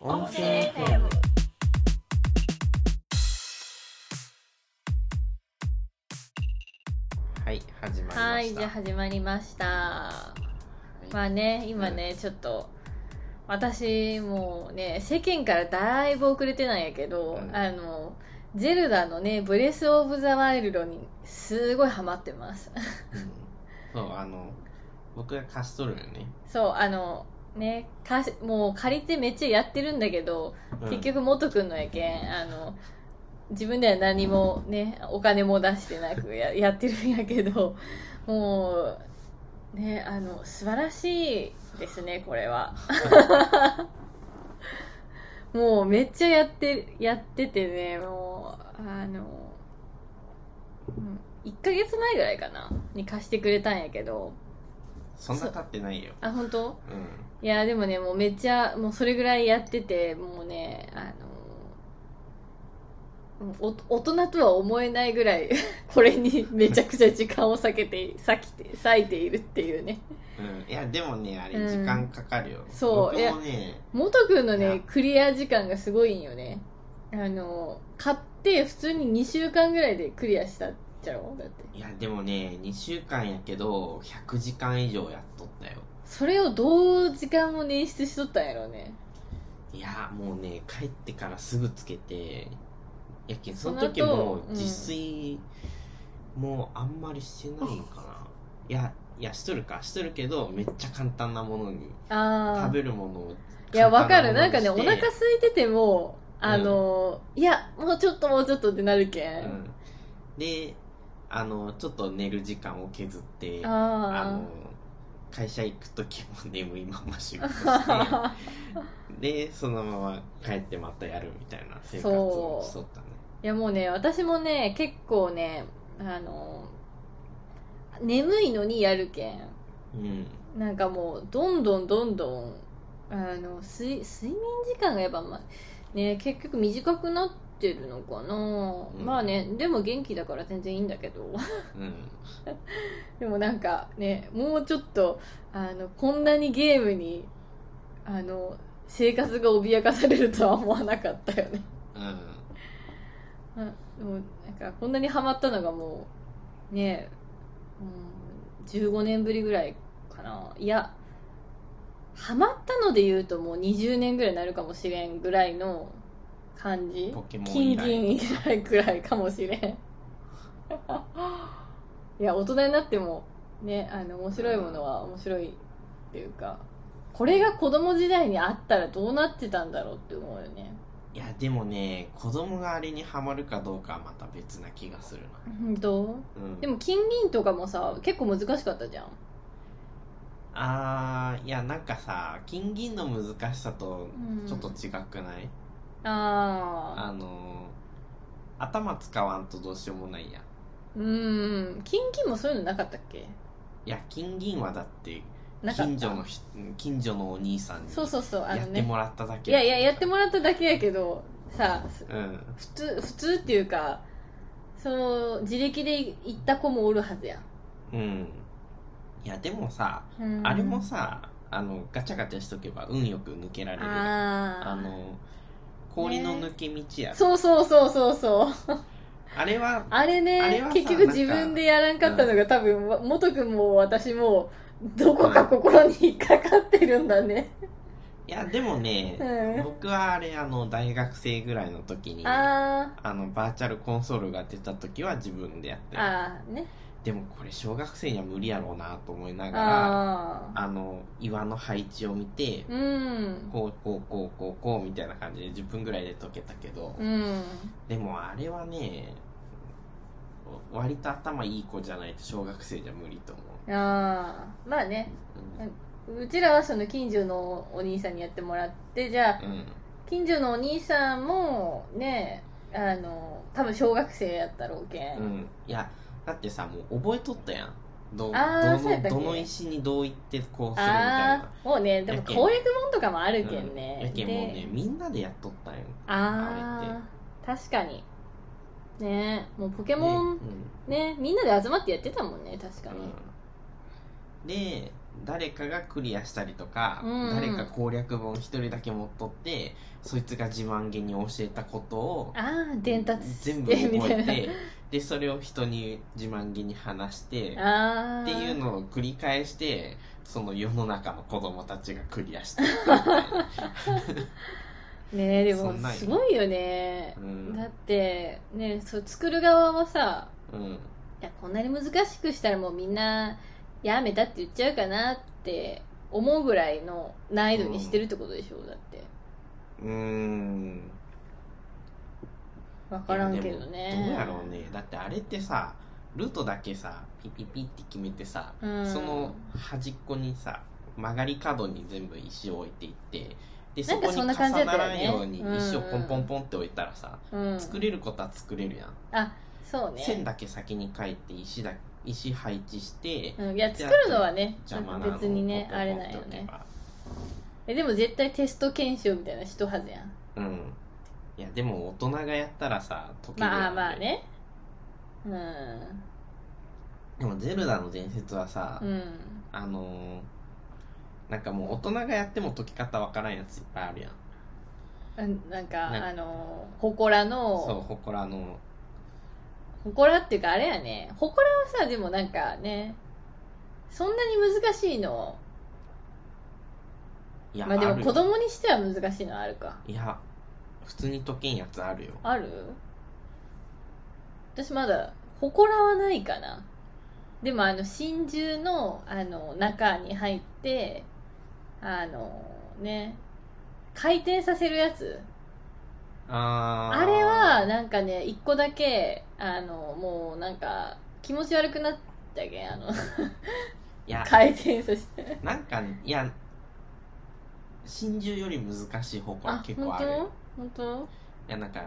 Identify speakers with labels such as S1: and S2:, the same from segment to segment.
S1: 音声 FM
S2: はい始まりました
S1: はいじゃあ始まりましたまあね今ね、ちょっと私もうね世間からだいぶ遅れてなんやけど、
S2: うん
S1: あのゼルダのね「ブレス・オブ・ザ・ワイルド」にすごいハマってます
S2: うんそうあの僕が貸しとるよね、
S1: そうあのねかしもう借りてめっちゃやってるんだけど、
S2: うん
S1: 結局元くんのやけんあの自分では何もねお金も出してなくや やってるんやけどもうねあの素晴らしいですねこれは もうめっちゃやってやっててねもうあの、うん、1ヶ月前ぐらいかなに貸してくれたんやけど
S2: そんな経ってないよ
S1: あ本当
S2: うん
S1: いやでもねもうめっちゃもうそれぐらいやっててもうねあのお大人とは思えないぐらい これにめちゃくちゃ時間を避けて割きて割いているっていうね
S2: うん、いやでもねあれ
S1: うん
S2: 時間かかるよ、
S1: そう
S2: 僕もね
S1: 元君の
S2: いや
S1: ねクリア時間がすごいんよねあの買って普通に2週間ぐらいでクリアしたっちゃろだって
S2: いやでもね2週間やけど100時間以上やっとったよ
S1: それをどう時間を捻出しとったんやろうね
S2: いやもうね帰ってからすぐつけてやけん
S1: そ
S2: その
S1: の後
S2: 時も
S1: うん
S2: 自炊もうあんまりしてないのかな、いやいやしとるかしとるけどめっちゃ簡単なものに
S1: ああ
S2: 食べるものを
S1: いや、わ
S2: 簡
S1: か
S2: 単
S1: る。
S2: もの
S1: なん
S2: に
S1: かね、
S2: し
S1: お
S2: て
S1: 腹空いてても、あの、いや、もうちょっともうちょっとってなるけん。
S2: うん、であのちょっと寝る時間を削ってあ
S1: あ
S2: の会社行く時も眠いまま仕事 して
S1: あ。
S2: でそのまま帰ってまたやるみたいな生活
S1: そう
S2: をしとったね
S1: いや、もうね、私もね、結構ね、あの、眠いのにやるけん。
S2: うん
S1: なんかもう、どんどんどんどん、あの、睡睡眠時間がやっぱ、まあ、ね、結局短くなってるのかな、
S2: うん
S1: まあね、でも元気だから全然いいんだけど。
S2: うん
S1: でもなんかねもうちょっとあのこんなにゲームにあの生活が脅かされるとは思わなかったよね
S2: うん
S1: あでもなんかこんなにハマったのがもうねうん、15年ぶりぐらいかないやハマったので言うともう20年ぐらいになるかもしれんぐらいの感じ
S2: ポケモン
S1: 金
S2: 以来
S1: 銀以来くらいかもしれんいや大人になってもねあの面白いものは面白いっていうかこれが子供時代にあったらどうなってたんだろうって思うよね
S2: いやでもね子供があれにはまるかどうかはまた別な気がする
S1: 本当
S2: な、うん、
S1: でも金銀とかもさ結構難しかったじゃん
S2: あーいやなんかさ金銀の難しさと
S1: うん
S2: ちょっと違くない、
S1: ああ
S2: あのー頭使わんとどうしようもないやん
S1: うん金銀もそういうのなかったっけ
S2: いや金銀はだって
S1: なかった
S2: 近所の人近所のお兄さんに
S1: そうそうそうあ
S2: や
S1: の
S2: って
S1: ね
S2: もらっただけ
S1: いやいややって
S2: も
S1: もらっただけやけどさ
S2: うん
S1: 普通普通っていうかその自力で行った子もおるはずや
S2: うんいやでもさ、
S1: ん、うん
S2: あれもさあのガチャガチャしとけば運よく抜けられるやん
S1: あー
S2: あの氷の抜け道や、
S1: そうそうそうそうそう
S2: あれは
S1: あれね
S2: あれはさ
S1: 結
S2: な
S1: 局
S2: んか
S1: 自分でやらんかったのが、多分わ元君も私もどこか心に引っかかってるんだね、
S2: いやでもね、
S1: うん
S2: 僕はあれあの大学生ぐらいの時にあ
S1: あ
S2: のバーチャルコンソールが出た時は自分でやって
S1: ーあーね
S2: でもこれ小学生には無理やろうなと思いながらあ
S1: ああ
S2: の岩の配置を見て、
S1: うん
S2: こうこうこうこうこうみたいな感じで10分ぐらいで解けたけど、
S1: うん
S2: でもあれはね割と頭いい子じゃないと小学生じゃ無理と思
S1: ああまあね
S2: う
S1: うちらはその近所のお兄さんにやってもらってじゃあ
S2: うん、うん
S1: 近所のお兄さんもねあの多分小学生やったろうけん、
S2: うん、いやだってさもう覚えとったやんど
S1: あー
S2: ど
S1: そうやった
S2: の
S1: っけ
S2: どの石にどう行ってこうするみたい
S1: あ
S2: な
S1: あもうねでも
S2: やけん
S1: 攻略本とかもあるけ
S2: うん
S1: ね、
S2: やけんもうね
S1: で
S2: みんなでやっとったんよあれ
S1: あ
S2: っ
S1: あ確かにねもうポケ
S2: で
S1: モン
S2: うん
S1: ねみんなで集まってやってたもんね確かに、
S2: うんで誰かがクリアしたりとか、
S1: うんうん
S2: 誰か攻略本一人だけ持っとってそいつが自慢げに教えたことを
S1: ああ伝達して
S2: 全部
S1: み
S2: 覚
S1: た
S2: え
S1: い
S2: て
S1: な
S2: でそれを人に自慢げに話して
S1: ああ
S2: っていうのを繰り返してその世の中の子供たちがクリアしていったみたい な
S1: ねえで
S2: そ
S1: も
S2: んなんよ
S1: すごいよね
S2: うん
S1: だってねそう作る側はさ
S2: うん
S1: いやこんなに難しくしたらもうみんなやめたって言っちゃうかなって思うぐらいの難易度にしてるってことでしょ、だって
S2: うーん
S1: 分からんけどね
S2: いやでもどうやろうねだってあれってさルートだけさピピピって決めてさ、
S1: うん
S2: その端っこにさ曲がり角に全部石を置いていってで
S1: な
S2: そ
S1: ん
S2: こ
S1: か
S2: に
S1: そん
S2: 重
S1: な感じだ
S2: な
S1: ったよ
S2: らん
S1: ね
S2: ように石を
S1: うんうん
S2: ポンポンポンって置いたらさ、
S1: うん
S2: 作れることは作れるやん、
S1: あそうね
S2: 線だけ先に書いて石だ石配置して
S1: うん、いや
S2: じゃあ
S1: 作るのはね
S2: 邪魔なの
S1: 別にね
S2: を
S1: あれなんよ
S2: 取っとけ
S1: ね
S2: ば
S1: えでも絶対テスト検証みたいなしとはずやん
S2: うんいやでも大人がやったらさ解けるよ
S1: まあまあねうん
S2: でも「ゼルダの伝説」はさ、
S1: うん
S2: あのーなんかもう大人がやっても解き方わからんやついっぱいあるやん
S1: うんなんか
S2: ね
S1: あの祠
S2: そう
S1: の
S2: ほこらの
S1: 祠っていうかあれやね祠はさでもなんかねそんなに難しいの
S2: いや
S1: まあでも
S2: るよ
S1: 子供にしては難しいのはあるか
S2: いや普通に解けんやつあるよ
S1: ある私まだ祠はないかなでもあの真珠のあの中に入ってあのね回転させるやつ
S2: あー
S1: あれはなんかね一個だけあのもうなんか気持ち悪くなったけんあの
S2: いや
S1: 回転させて
S2: なんかいや真珠より難しいほこら
S1: あ
S2: 結構あるよ
S1: 本当本当
S2: いやなんか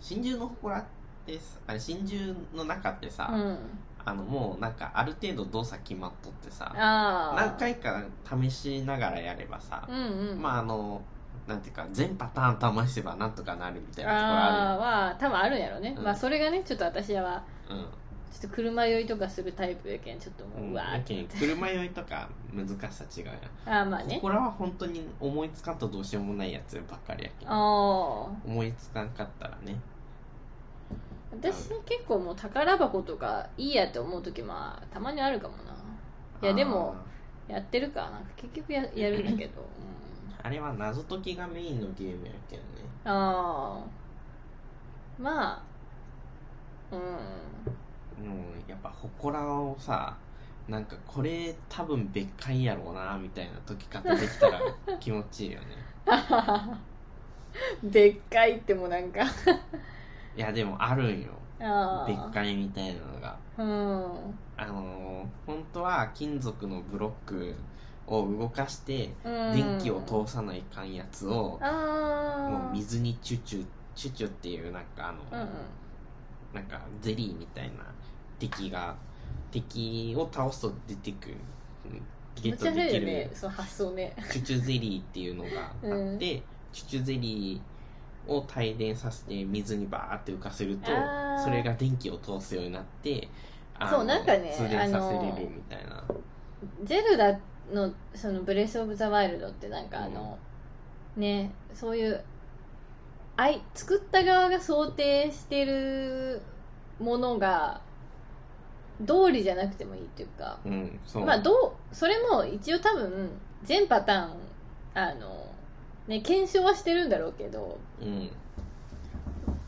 S2: 真珠のほこらってさあれ真珠の中ってさ、
S1: うん
S2: あのもうなんかある程度動作決まっとってさ
S1: ああ
S2: 何回か試しながらやればさ、
S1: うんうん
S2: まああのなんていうか全パターン試せばなんとかなるみたいなところ
S1: あ
S2: あ
S1: あは多分あるんやろね、
S2: うん
S1: まあそれがねちょっと私は
S2: るよ、
S1: ちょっと車酔いとかするタイプやけんちょっとも
S2: う、
S1: う、うんわー
S2: や
S1: っ
S2: け
S1: て
S2: ん車酔いとか難しさ違うやん、
S1: あー まあ
S2: こ
S1: ね
S2: こらは本当に思いつかんとどうしようもないやつばっかりやけん
S1: ああ
S2: 思いつかんかったらね
S1: 私結構もう宝箱とかいいやって思う時もたまにあるかもないやでもやってるかなんか結局ややるん だけど、うん
S2: あーあれは謎解きがメインのゲームやけんね
S1: ああまあうん
S2: うんやっぱ祠をさなんかこれ多分別館やろうなみたいな解き方できた ら気持ちいいよね
S1: あははは別解ってもなんか
S2: いやでもあるんよ
S1: あ
S2: 別
S1: あ
S2: 館みたいなのが
S1: うん
S2: あのー本当は金属のブロックを動かして
S1: うん
S2: 電気を通さないかんやつを、
S1: ああ
S2: もう水にチュチュチュチュっていうなんかあ
S1: うん
S2: の、
S1: うん
S2: なんかゼリーみたいな敵が敵を倒すと出てくるうんゲッ
S1: めっち
S2: ト
S1: ゃ
S2: で
S1: い
S2: き
S1: よね
S2: る
S1: その発想ね
S2: チュチュゼリーっていうのがあって、
S1: うん
S2: チュチュゼリーを帯電させて水にバーって浮かせると
S1: あー
S2: それが電気を通すようになってあの
S1: そうなんかね
S2: 通電させれるみたいな、
S1: ゼルダのそのブレス・オブ・ザ・ワイルドってなんかあの、ねそういうあい作った側が想定してるものが通りじゃなくてもいいっていうか、
S2: うんそう、
S1: まあどうそれも一応多分全パターンあの、ね、検証はしてるんだろうけど
S2: うん、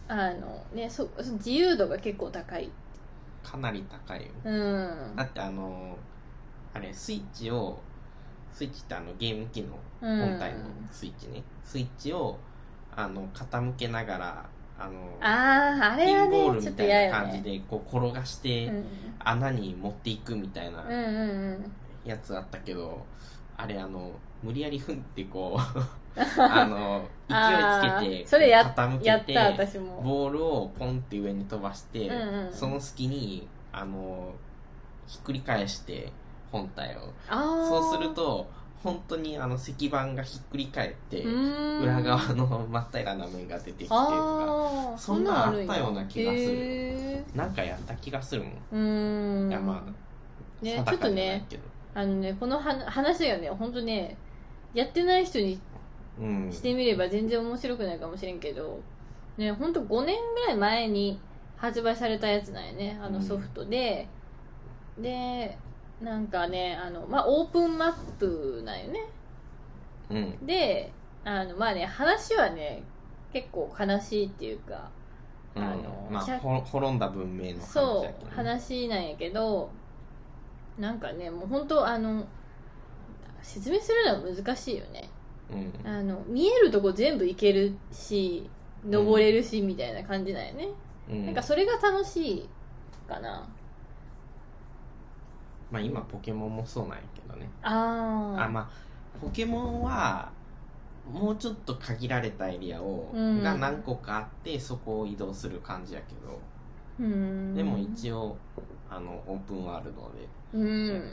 S1: あの、ね、そそ自由度が結構高い。
S2: かなり高いよ
S1: うん
S2: だってあのあれスイッチをスイッチってあのゲーム機の
S1: うん
S2: 本体のスイッチね、スイッチをあの傾けながらあの
S1: あああ
S2: ピ
S1: れは
S2: ンボー
S1: ね
S2: ル
S1: ちょっ
S2: み
S1: と
S2: た
S1: 嫌
S2: い
S1: よ
S2: な感
S1: ね
S2: じでこう転がして
S1: うん
S2: 穴に持っていくみたい
S1: うん
S2: な
S1: うんうん
S2: やつあったけど、あれあの無理やりふんってこ うあの
S1: あ
S2: 勢いつけ
S1: ー
S2: て
S1: それや
S2: 傾
S1: や
S2: け
S1: ってた私も
S2: ボールをポンって上に飛ばして、
S1: うんうん
S2: その隙にあのひっくり返して本体を
S1: あ
S2: そうすると本当にあの石板がひっくり返って、裏
S1: 裏
S2: 側の 真っ平らな面が出てきてとか
S1: あー
S2: そんなんあったような
S1: そんん
S2: 気がする
S1: へー
S2: なんかやった気がするもん、
S1: うーん
S2: いやまあ
S1: ね
S2: 定かじゃないけど
S1: ちあのねこのは話がね本当ねやってない人に
S2: うん
S1: してみれば全然面白くないかもしれんけど、ね、ほんと5年ぐらい前に発売されたやつなんやねあのソフトで、でなんかねあの、まあ、オープンマップなんよね
S2: うん
S1: であのまあね話はね結構悲しいっていうか
S2: うん
S1: あの
S2: まあ
S1: しゃ
S2: ほ滅んだ文明の話
S1: そ
S2: だけど
S1: う
S2: ね
S1: 話なんやけどなんかねもう本当あの説明するのは難しいよね
S2: うん
S1: あの見えるとこ全部行けるし登れるし、みたいな感じなんよね、
S2: うん
S1: なんかそれが楽しいかな
S2: まあ今ポケモンもそうなんやけどね
S1: あー
S2: あまあポケモンはもうちょっと限られたエリアを、
S1: うん
S2: が何個かあってそこを移動する感じやけど
S1: うーん
S2: でも一応あのオープンワールドで
S1: うん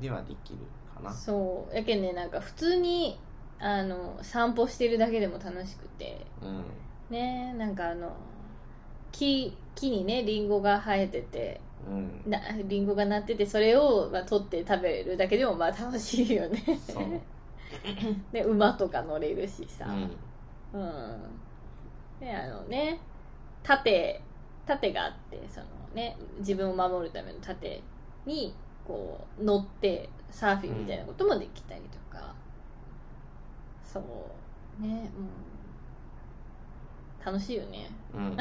S2: ではできるかな
S1: そうやけんねなんか普通にあの散歩してるだけでも楽しくて
S2: うん
S1: ねなんかあの木木にねリンゴが生えてて
S2: うん
S1: なリンゴがなっててそれを、まあ、取って食べるだけでもまあ楽しいよね
S2: そう
S1: で馬とか乗れるしさ、
S2: うん
S1: うん。で、あのね、盾、盾があって、そのね、自分を守るための盾に、こう、乗って、サーフィンみたいなこともできたりとか、そう、ね、うん。楽しいよね。
S2: うん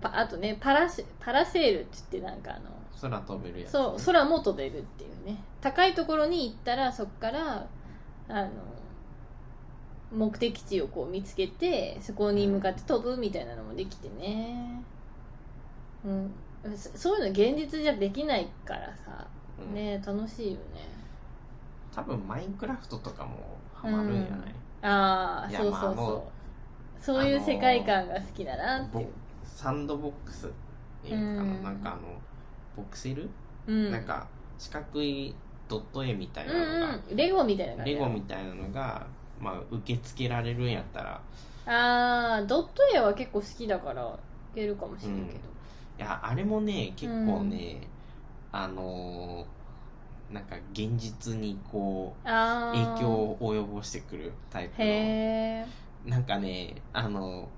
S1: パあとね、パラシパラセールって言ってなんかあの、
S2: 空飛べるやつ
S1: そう空も飛べるっていうね高いところに行ったらそこからあの目的地をこう見つけてそこに向かって飛ぶみたいなのもできてね、うん、そそういうの現実じゃできないからさ
S2: うん
S1: ね楽しいよね
S2: 多分マインクラフトとかもハマるんじゃない、
S1: ああ
S2: いや
S1: そうそう
S2: まあ
S1: そう、
S2: もう
S1: そういう
S2: あのー
S1: 世界観が好きだなっていう、
S2: ボサンドボックスっていうかな,、
S1: うん
S2: なんかあのボクセル、
S1: うん、
S2: なんか四角いドット絵みたいな
S1: う
S2: のが、
S1: んうんレゴみたいな感じ
S2: レゴみたいなのが、まあ、受け付けられるんやったら
S1: ああドット絵は結構好きだからいけるかもしれんけど、
S2: いやあれもね結構ね、あのーなんか現実にこう
S1: あ
S2: 影
S1: あ
S2: 響を及ぼしてくるタイプの
S1: へえ
S2: なんかねあの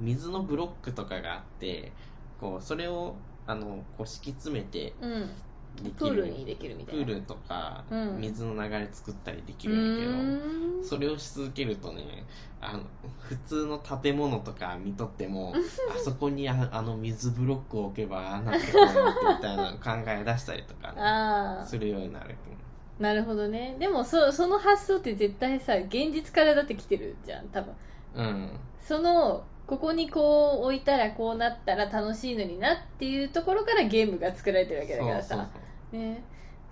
S2: 水のブロックとかがあってこうそれをあのこう敷き詰めて
S1: うん
S2: できる
S1: プールにできるみた
S2: プ
S1: いな
S2: ールとか、
S1: うん
S2: 水の流れ作ったりでき
S1: う
S2: るんやけど、
S1: ーん
S2: それをし続けるとねあの普通の建物とか見とってもあそこにああの水ブロックを置けばああなんとかなってみたいなの考え出したりとかね
S1: あ
S2: するようになる
S1: あなるほどねでもそその発想って絶対さ現実からだってきてるじゃん多分
S2: うん
S1: そのここにこう置いたらこうなったら楽しいのになっていうところからゲームが作られてるわけだからさ
S2: そうそうそう
S1: ね、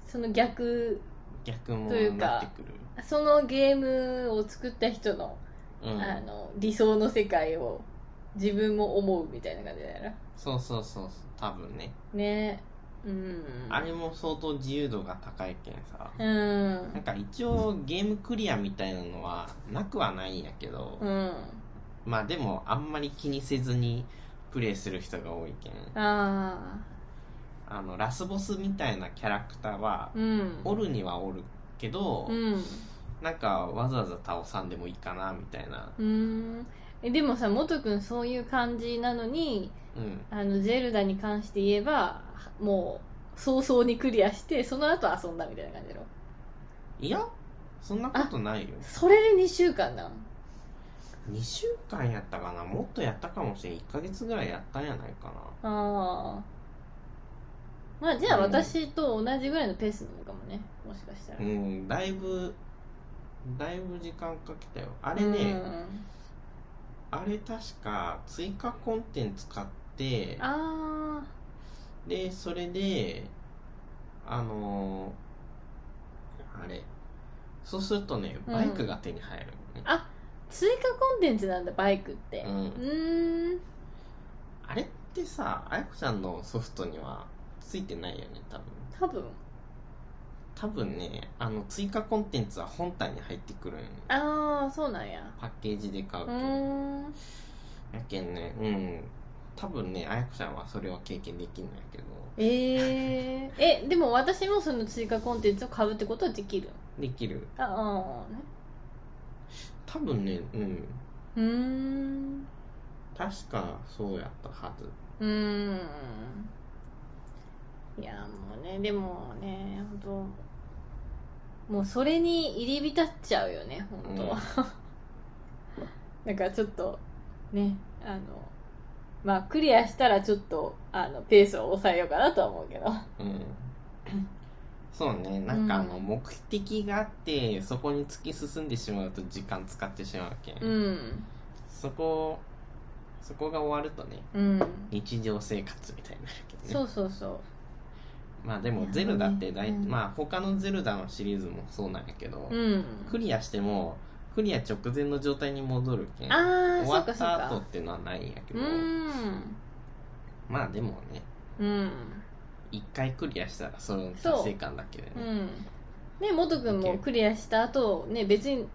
S1: その逆
S2: 逆も
S1: というか
S2: なってくる
S1: そのゲームを作った人の,、
S2: うん
S1: あの理想の世界を自分も思うみたいな感じだよな
S2: そうそうそうそう多分ね
S1: ねうん
S2: あれも相当自由度が高いけんさ
S1: うん
S2: なんか一応ゲームクリアみたいなのはなくはないんやけど、
S1: うん
S2: まあでもあんまり気にせずにプレイする人が多いけん
S1: あ
S2: あのラスボスみたいなキャラクターは
S1: あうん
S2: おるにはおるけど、
S1: うんう
S2: なんかわざわざ倒さんでもいいかなみたいな、
S1: ーんえでもさ元くんそういう感じなのに
S2: うん、
S1: あのゼルダに関して言えばもう早々にクリアしてその後遊んだみたいな感じだろ
S2: いやそんなことないよ
S1: それで2週間なん
S2: 2週間やったかなもっとやったかもしれん1ヶ月ぐらいやったんやないか
S1: ああまあじゃあ
S2: うん
S1: 私と同じぐらいのペースなのかもねもしかしたら、
S2: なうんだいぶだいぶ時間かけたよあ
S1: あ
S2: れね、あれ確か追加コンテンツ買って
S1: ああ
S2: でそれであのーあれそうするとね
S1: うん
S2: バイクが手に入るのね、
S1: 追加コンテンツなんだバイクって
S2: う
S1: うんーん
S2: あれってさあやこちゃんのソフトにはついてないよね多分
S1: 多分
S2: 多分ねあの追加コンテンツは本体に入ってくるんよね
S1: ああそうなんや
S2: パッケージで買う
S1: う
S2: と、
S1: ーん
S2: やけんねうん多分ねあやこちゃんはそれは経験できないけど
S1: えー、えでも私もその追加コンテンツを買うってことはできる
S2: できる
S1: ああーね
S2: 多分ねうん
S1: うーん
S2: 確かそうやったはず
S1: うーんいやもうねでもね本当もうそれに入り浸っちゃうよね本当、
S2: うん
S1: なんかちょっとねあのまあクリアしたらちょっとあのペースを抑えようかなとは思うけど
S2: うん そうねなんかあの
S1: うん
S2: 目的があってそこに突き進んでしまうと時間使ってしまうけん、
S1: うん
S2: そこそこが終わるとね
S1: うん
S2: 日常生活みたいになるけど
S1: そ
S2: ね
S1: うそうそう
S2: まあでもゼルダって大、
S1: うん
S2: まあ他のゼルダのシリーズもそうなんやけど、
S1: うん
S2: クリアしてもクリア直前の状態に戻るけん
S1: ああ
S2: 終
S1: そ
S2: わ
S1: うか
S2: っ
S1: そう
S2: た後っ
S1: か
S2: てのはないんやけ
S1: う
S2: ど
S1: ーん
S2: まあでもね
S1: うん
S2: 一回クリアしたらその達成感だけでね
S1: うんね元君もクリアした後ね別に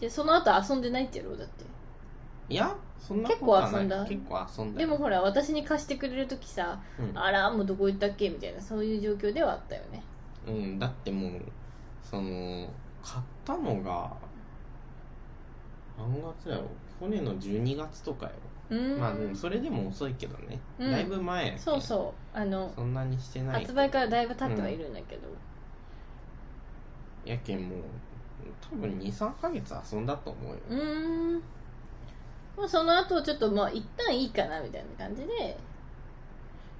S1: じゃあその後遊んでないってやろうだって
S2: いやそんなことはない
S1: 結構遊んだ
S2: 結構遊んだ
S1: で
S2: よ
S1: もほら私に貸してくれる時さ「あらもうどこ行ったっけ?」みたいなそういう状況ではあったよね
S2: うん、うん、だってもうその買ったのが何月やろ去年の12月とかよ
S1: うーん
S2: まあでもそれでも遅いけどね、
S1: うん
S2: だいぶ前やけん
S1: そうそうあの
S2: そんなにしてない
S1: 発売からだいぶ経ってはいるんだけど
S2: やけんもう多分23ヶ月遊んだと思うよ、
S1: うーんもうその後ちょっとまあ一旦いいかなみたいな感じで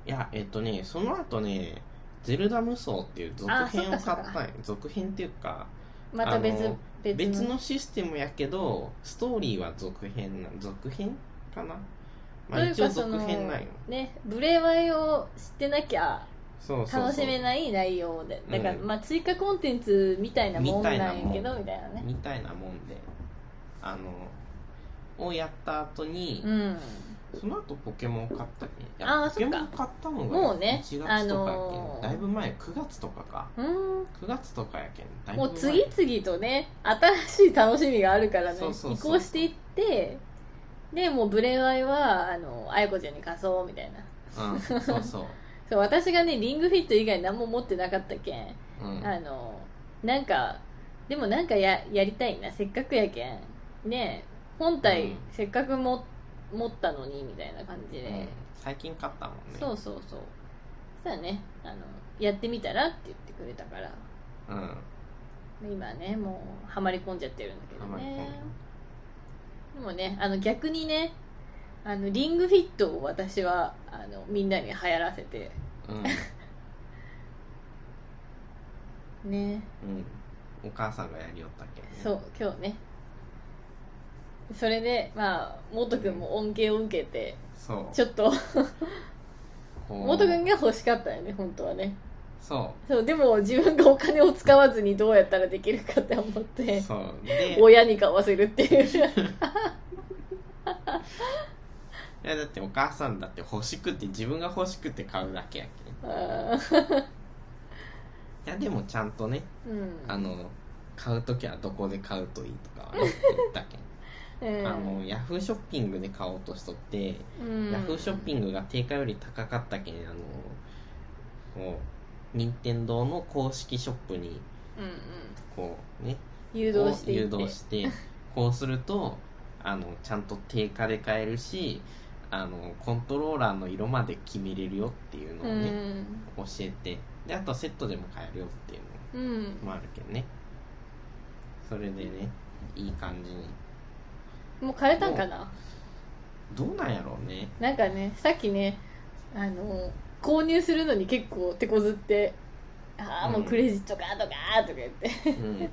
S2: いやえっとねその後ね「ゼルダ無双」っていう続
S1: あそっ
S2: 編を買
S1: か
S2: っ
S1: そっか
S2: たんよ続編っていうか
S1: また別
S2: あの
S1: 別の
S2: 別のシステムやけどストーリーは続編な続編かなまあ
S1: という
S2: 一応
S1: かそ
S2: 続
S1: の
S2: 編なんよ
S1: ねブレワイを知ってなきゃ
S2: そうそうそう
S1: 楽しめない内容でだから、
S2: うん
S1: まあ追加コンテンツみたいなもんなんやけどみたいなね
S2: みたいなもんであのをやった後に、
S1: うん
S2: その後ポケモン買ったりい
S1: あー
S2: ポケモ
S1: そ
S2: ン
S1: っ
S2: 買ったの
S1: も
S2: が
S1: う
S2: 1
S1: ね
S2: 月とかや
S1: あ
S2: けん、
S1: のー
S2: だいぶ前9月とかか
S1: うん
S2: 9月とかやけんだいぶ
S1: も
S2: 前
S1: う次々とね新しい楽しみがあるからね
S2: そうそうそう
S1: 移行していってでもうブレワイはあのあやこちゃんに貸そうみたいな
S2: うんそうそう、
S1: そう私がねリングフィット以外何も持ってなかったけん
S2: うん、
S1: あのなんかでもなんかややりたいなせっかくやけんねえ本体、
S2: うん
S1: せっかくも持ったのにみたいな感じで、
S2: うん最近買ったもんね
S1: そうそうそうそしたらねあのやってみたらって言ってくれたから
S2: うん
S1: 今ねもうはまり込んじゃってるんだけど
S2: はまり込
S1: ね
S2: んだ
S1: でもねあの逆にねあのリングフィットを私はあのみんなに流行らせて
S2: うん
S1: ね
S2: うん、お母さんがやりよったけんね
S1: そう今日ねそれでまあ元君も恩恵を受けて
S2: そう
S1: ちょっと
S2: こう
S1: 元君が欲しかったよね本当はね
S2: そ
S1: そうでも自分がお金を使わずにどうやったらできるかって思っ
S2: う
S1: て
S2: そうで
S1: 親に買わせるってい う
S2: いやだってお母さんだって欲しくて自分が欲しくて買うだけやけんい
S1: あー
S2: やでもちゃんとね
S1: うん
S2: あの買う時はどこで買うといいとかはね言ったけん
S1: うん
S2: あのヤフーショッピングで買おうとしとって、
S1: うん
S2: ヤフーショッピングが定価より高かったけんあのこう任天堂の公式ショップに
S1: うんうん
S2: こうね
S1: 誘導していって
S2: を誘導してこうするとあのちゃんと定価で買えるしあのコントローラーの色まで決めれるよっていうのを
S1: う
S2: ね、
S1: ん
S2: 教えてであとはセットでも買えるよっていう
S1: うん
S2: のもあるけどねそれでねいい感じに
S1: もう変えたんかな
S2: どうなんやろうね
S1: なんかねさっきねあの購入するのに結構手こずってああもうクレジットかとかーとか言って
S2: うん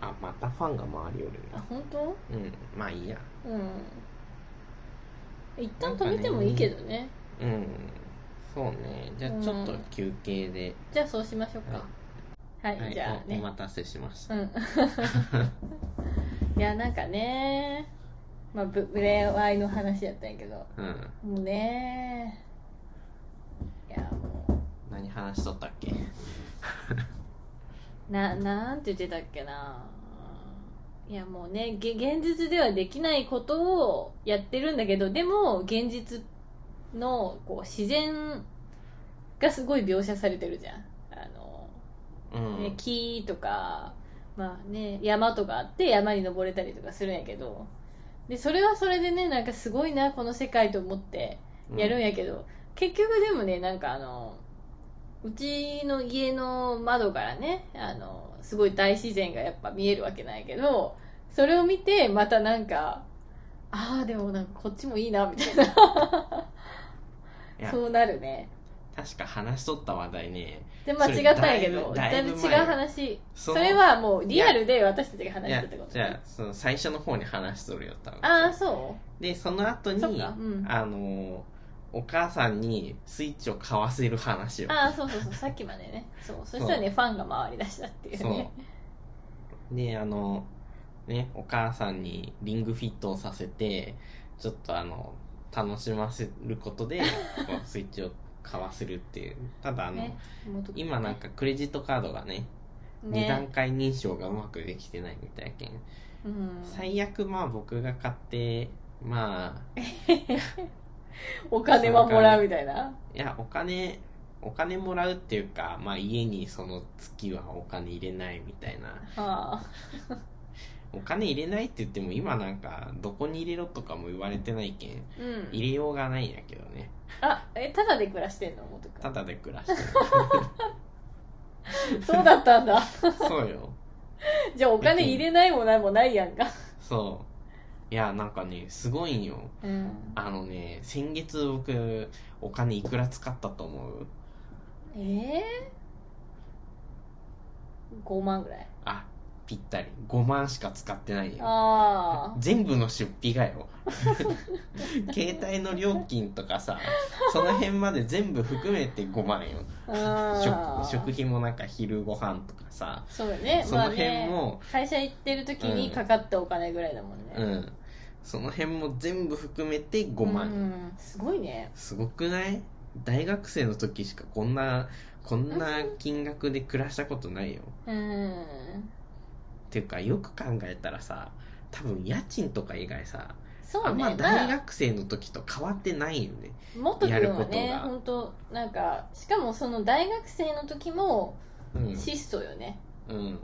S2: あまたファンが回りよ
S1: あ本当
S2: るねうんまあいいや
S1: うん一旦止めてもいいけどね
S2: うんそうねじゃあちょっと休憩で、
S1: じゃあそうしましょうかはい、
S2: はい
S1: じゃあ
S2: おお
S1: ね
S2: 待たせしました
S1: うんいやなん かねまあブブレワイの話やったんやけど
S2: うん
S1: もうねいやも
S2: 何話しとったっけ
S1: うななんて言ってたっけないやもうねげ現実ではできないことをやってるんだけどでも現実のこう自然がすごい描写されてるじゃんあの、
S2: うん
S1: ね、木とか、まあね、山とかあって山に登れたりとかするんやけどでそれはそれでねなんかすごいなこの世界と思ってやるんやけど、結局でもねなんかあのうちの家の窓からねあのすごい大自然がやっぱ見えるわけないけどそれを見てまたなんかああでもなんかこっちもいいなみたい な
S2: いや
S1: そうなるね
S2: 確か話しとった話題ね
S1: でまあ
S2: それ
S1: 違ったんやけど
S2: だ
S1: だ
S2: い
S1: い
S2: ぶ
S1: ぶ違う
S2: だいぶ前
S1: 話
S2: そ
S1: そ
S2: の
S1: れはもうリアルで私たちが
S2: い
S1: 話し
S2: や
S1: てたこと
S2: じゃあその最初の方に話しとるよ多分
S1: ああそ
S2: でその後
S1: うそっ
S2: に
S1: かうん
S2: あのお母さんにスイッチを買わせる話を
S1: ああそうそうそうさっきまでねそうそしたらねファンが回りだしたっていうね
S2: そうであのねお母さんにリングフィットをさせてちょっとあの楽しませること でこうスイッチを買わせるっていうただあの、
S1: ね元々
S2: 今なんかクレジットカードがね2段階認証がうまくできてないみたいけん、
S1: うん、
S2: 最悪まあ僕が買ってまあ
S1: お金はもらうみたいな。
S2: いやお金お金もらうっていうか、まあ、家にその月はお金入れないみたいな
S1: はあ、
S2: お金入れないって言っても今なんかどこに入れろとかも言われてないけん
S1: うん。
S2: 入れようがないんやけどね
S1: あ、え、ただで暮らしてんの元
S2: た
S1: か。
S2: だで暮らしてる
S1: そうだったん だ。
S2: そうよ
S1: じゃあお金入れないもないもないやんか。
S2: そういやなんかねすごいんよ
S1: うん。
S2: あのね先月僕お金いくら使ったと思う
S1: えー、?5 万ぐらい。
S2: あぴったり5万しか使ってないよ
S1: あ
S2: 全部の出費が よ携帯の料金とかさその辺まで全部含めて5万よ
S1: あ。うん
S2: 食食費もなんか昼ご飯とかさ
S1: そうだね。
S2: そ
S1: ま
S2: の
S1: あ
S2: 辺
S1: ね。
S2: も、
S1: 会社行ってる時にかかったお金ぐらいだもんね。
S2: うんその辺も全部含めて5万、
S1: うん。すごいね。
S2: すごくない大学生の時しかこんなこんな金額で暮らしたことないよ
S1: うん。
S2: っていうかよく考えたらさ多分家賃とか以外さ、
S1: そ
S2: あ
S1: うんね。
S2: ま大
S1: まあ
S2: 学生の時と変わってないよね
S1: 元君は
S2: や
S1: ね
S2: ることが、
S1: 本当なんか、しかもその大学生の時も
S2: うん
S1: 質素よね。
S2: うん、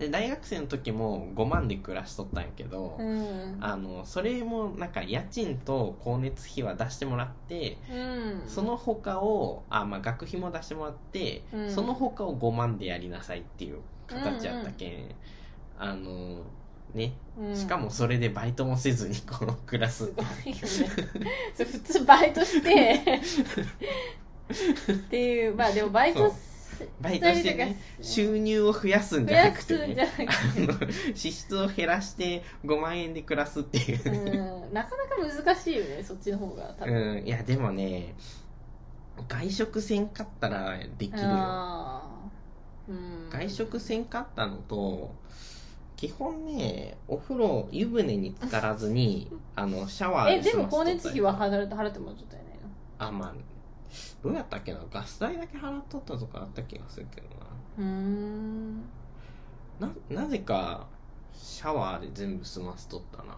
S2: で大学生の時も5万で暮らしとったんやけど、
S1: うん。
S2: あのそれもなんか家賃と光熱費は出してもらって、
S1: うん。
S2: その他をあ、まあ、学費も出してもらって、
S1: うん
S2: その他を5万でやりなさいっていう形やったけん、あのね
S1: うん、
S2: しかもそれでバイトもせずにこのクラ
S1: す
S2: ス
S1: ごいよね そう普通バイトしてっていうまあでもバイトす
S2: バイトしてね
S1: したり
S2: 収入を増やすん
S1: とか
S2: じ
S1: 増
S2: ゃな
S1: や
S2: く
S1: す
S2: て
S1: んじ
S2: ね
S1: ゃな
S2: あ
S1: くて、
S2: の 支出を減らして5万円で暮らすっていう
S1: うん、なかなか難しいよねそっちの方が多分、
S2: うん、いやでもね外食せんかったらできるよ
S1: あーうん
S2: 外食せんかったのと基本ねお風呂湯船に浸からずにあのシャワー
S1: えで
S2: 済ませ
S1: も光
S2: とったり
S1: 熱費は払って払ってもらっとったよね
S2: あまあどうやったっけなガス代だけ払っとったとかあった気がするけど
S1: うーん
S2: なななぜかシャワーで全部済ませとったな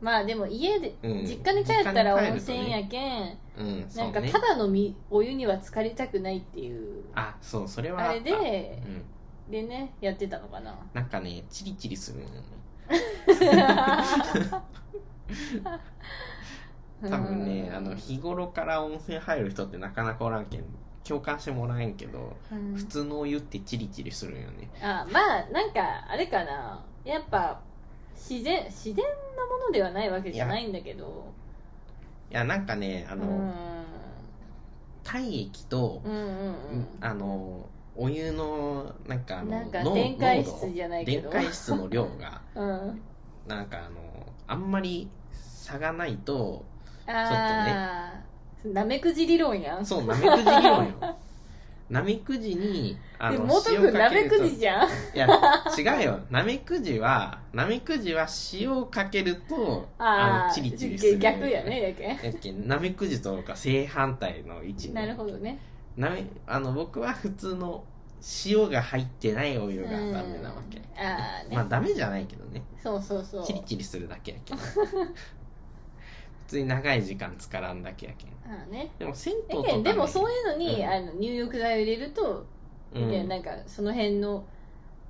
S1: まあでも家で、
S2: うん
S1: 実家に帰ったら
S2: 実家
S1: 温
S2: に帰るとね
S1: 泉やけん、
S2: うん
S1: な
S2: そうん
S1: か
S2: ね
S1: ただのみお湯には浸かりたくないっていう
S2: あそうそれは
S1: あ
S2: あ
S1: れ
S2: った
S1: で
S2: うん、
S1: でねやってたのかな
S2: なんかねチリチリするんよね多分ね、あの日頃から温泉入る人ってなかなかおらんけん共感してもらえんけど
S1: うん
S2: 普通のお湯ってチリチリするんよね
S1: あまあなんかあれかなやっぱ自然自然なものではないわけじゃないんだけど
S2: いやなんかねあ
S1: あ
S2: の、体液と、
S1: うんうん
S2: あのお湯のなんかあ
S1: な
S2: の
S1: んか
S2: 濃
S1: 電解質
S2: 濃
S1: じゃない
S2: 度
S1: け
S2: 電
S1: ど
S2: 解質の量が
S1: うん
S2: なんかあのあんまり差がないと
S1: ああなめくじ理論やん
S2: そうなめくじ理論 よなめくじにあ
S1: で
S2: の
S1: もとく
S2: 塩
S1: ん
S2: か
S1: な
S2: け
S1: め
S2: ると
S1: くじじゃん
S2: いや、違うよ。なめくじは、なめくじは塩をかけると、
S1: あ
S2: の、
S1: あ
S2: チリチリする。
S1: 逆やねだけ
S2: だっけ。なめくじとか正反対の位置に
S1: なるほどね
S2: なめ、あの、僕は普通の塩が入ってないお湯がダメなわけ。
S1: うんああね、
S2: まあダメじゃないけどね
S1: そうそうそう
S2: チリチリするだけや けん普通に長い時間浸からんだけやけん
S1: ああね
S2: でも銭湯
S1: だ
S2: と
S1: け
S2: か、
S1: ど
S2: ね、
S1: でもそういうのに、
S2: うん
S1: あの入浴剤を入れると、
S2: うん
S1: でなんかその辺の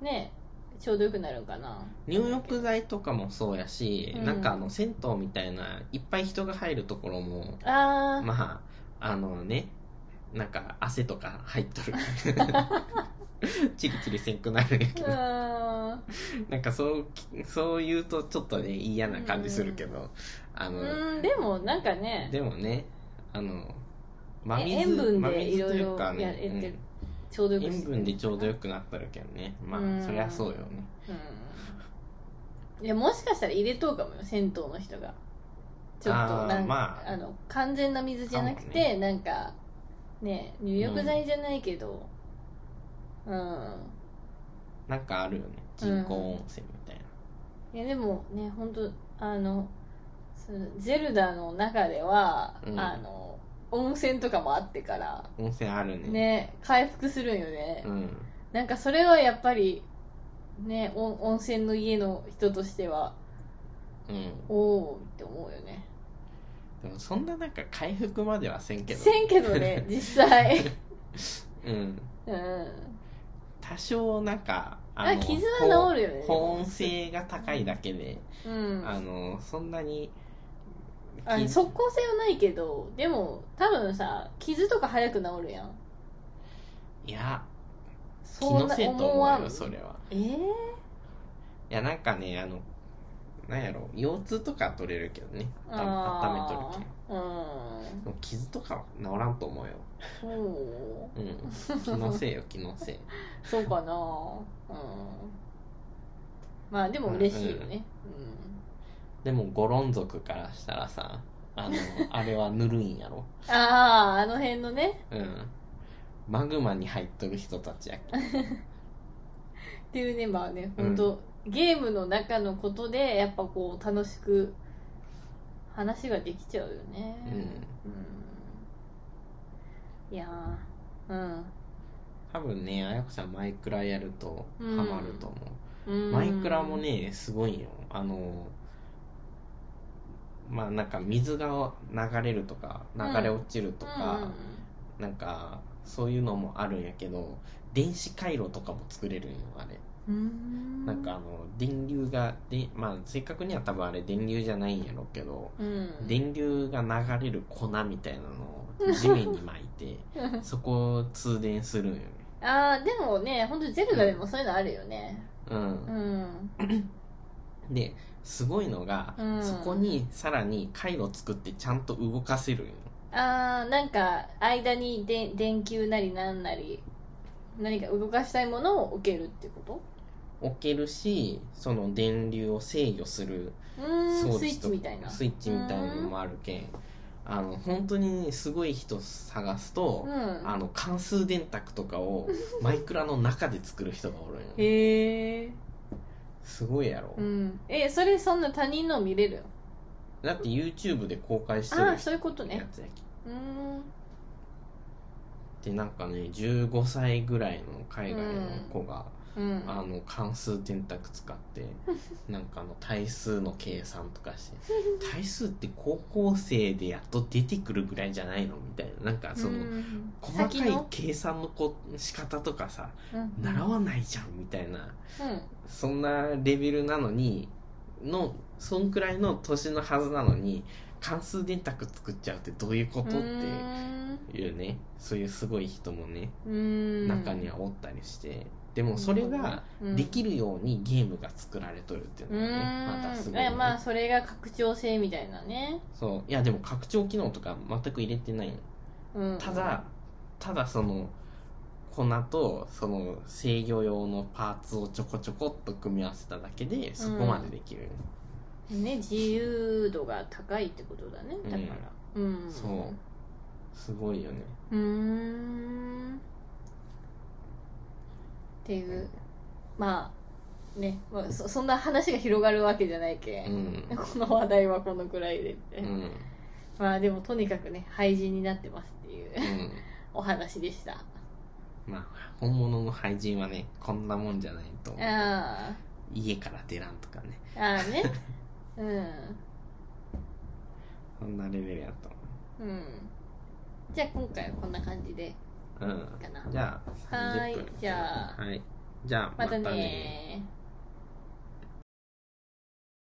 S1: ねちょうどよくなるんかな
S2: 入浴剤とかもそうやし、
S1: うん
S2: なんかあの銭湯みたいないっぱい人が入るところも
S1: あー、
S2: まああのねなんか汗とか入っと るチリチリせんくなるんやけど、
S1: あ
S2: なんかそうそう言うとちょっとね嫌な感じするけど、あ
S1: う
S2: の、
S1: んうんでもなんかね
S2: でもねあの真
S1: え塩分
S2: 真
S1: でい
S2: 水
S1: ろ
S2: と
S1: い
S2: いう
S1: ろ
S2: か
S1: やっ
S2: ね
S1: てる、
S2: うん
S1: ちょうどよく
S2: 塩
S1: して
S2: 分でちょうどよくなったるけんねまあ、
S1: うん
S2: そりゃそうよね
S1: うんいやもしかしたら入れとうかもよ銭湯の人がちょっと
S2: あー
S1: なん
S2: まあ
S1: あの完全な水じゃなく
S2: かも
S1: て、
S2: ね
S1: なんかね入浴剤じゃないけどうん、
S2: なんかあるよね人工温泉みたいな、
S1: いやでもね本当あのそのゼルダの中では、
S2: うん
S1: あの温泉とかもあってから
S2: 温泉あるね
S1: ね回復するんよね、
S2: うん
S1: なんかそれはやっぱりねお温泉の家の人としては
S2: うん
S1: おおって思うよね
S2: でもそんななんか回復まではせんけど
S1: せんけど ね実際
S2: うん
S1: うん
S2: 多少なんか
S1: あ傷は治るよね
S2: 保保温性が高いだけで、
S1: うん
S2: あ
S1: あ
S2: のそんなに
S1: の即効性はないけどでも多分さ傷とか早く治るやん
S2: いや気
S1: そん
S2: の
S1: な
S2: せいと
S1: 思
S2: 思
S1: わ
S2: うんよそれは
S1: えー、
S2: いやなんかねあのなんやろ腰痛とか取れるけどねあ
S1: あ
S2: 温めとるけ
S1: ーうん
S2: んでも傷とかは治らんと思うよ
S1: そう
S2: うん気のせい よ気のせい
S1: そうかなうんまあでも嬉しいよね
S2: でもゴロン族からしたらさあのあれはぬるいんやろ
S1: うん、あああの辺のね
S2: うんマグマに入っとる人たちやけん
S1: っていうねまあね本当、ゲームの中のことでやっぱこう楽しく話ができちゃうよね
S2: うん
S1: うんいやーうん
S2: 多分ねあやこさんマイクラやるとハ
S1: うん
S2: マると思う、
S1: うん
S2: マイクラもねすごいよあのまあなんか水が流れるとか流れ落ちるとか、なんかそういうのもあるんやけど電子回路とかも作れるんよあれ
S1: うんうん
S2: なんかあの電流がでまあ正確には多分あれ電流じゃないんやろうけど
S1: うん
S2: 電流が流れる粉みたいなのを地面に巻いてそこを通電するんよね
S1: ああでもね本当ゼルダでもそういうのあるよね
S2: う
S1: うんん
S2: ですごいのが、
S1: うん
S2: そこにさらに回路作ってちゃんと動かせるんよ
S1: あーなんか間にで電球なりなんなり何か動かしたいものを置けるってこ
S2: 置けるしその電流を制御する
S1: とうーん
S2: 装
S1: スイ
S2: 置
S1: ッ
S2: と
S1: チみたいな
S2: スイッチみたいなのもあるけんあの本当にすごい人探すと
S1: う、ん
S2: あの関数電卓とかをマイクラの中で作る人がおるんよ
S1: へえ
S2: すごいやろ、
S1: うんえそれそんな他人の見れる
S2: だって YouTube で公開して
S1: あ
S2: る
S1: あそういうことね
S2: やつやけ
S1: うーん
S2: んでなんかね15歳ぐらいの海外の子が、
S1: うん
S2: あの関数電卓使って なんかあの対数の計算とかして対数って高校生でやっと出てくるぐらいじゃないのみたいななんかその、
S1: うん
S2: 細か
S1: 先
S2: い
S1: の
S2: 計算のこ仕方とかさ
S1: うん
S2: 習わないじゃんみたいな
S1: うん
S2: そんなレベルなのにのそんくらいの年のはずなのに関数電卓作っちゃうってどういうこと
S1: う
S2: っ
S1: ーん
S2: ていうねそういうすごい人もね
S1: うーん
S2: 中にはおったりしてでもそれができるようにゲームが作られとるっていう
S1: う
S2: のがね
S1: ん
S2: またすごい
S1: え
S2: ね
S1: まあそれが拡張性みたいなね
S2: そういやでも拡張機能とか全く入れてないの
S1: うん
S2: ただただその粉とその制御用のパーツをちょこちょこっと組み合わせただけでそこまでできるよね、
S1: ね自由度が高いってことだねだからうん、
S2: そうすごいよね
S1: うーんっていうまあね、まあ、そそんな話が広がるわけじゃないけ、、
S2: うんん
S1: この話題はこのくらいでって、
S2: うんうん
S1: まあでもとにかくね廃人になってますっていうお話でした
S2: まあ本物の廃人はねこんなもんじゃないと思う
S1: あ
S2: 家から出らんとかね
S1: あああね うん
S2: そんなレベルやと
S1: うんじゃあ今回はこんな感じでいい
S2: 思ううん
S1: かな
S2: じゃあ
S1: はーい
S2: 30分
S1: じゃあ
S2: はいじゃあま
S1: また
S2: た
S1: ね
S2: ね
S1: ー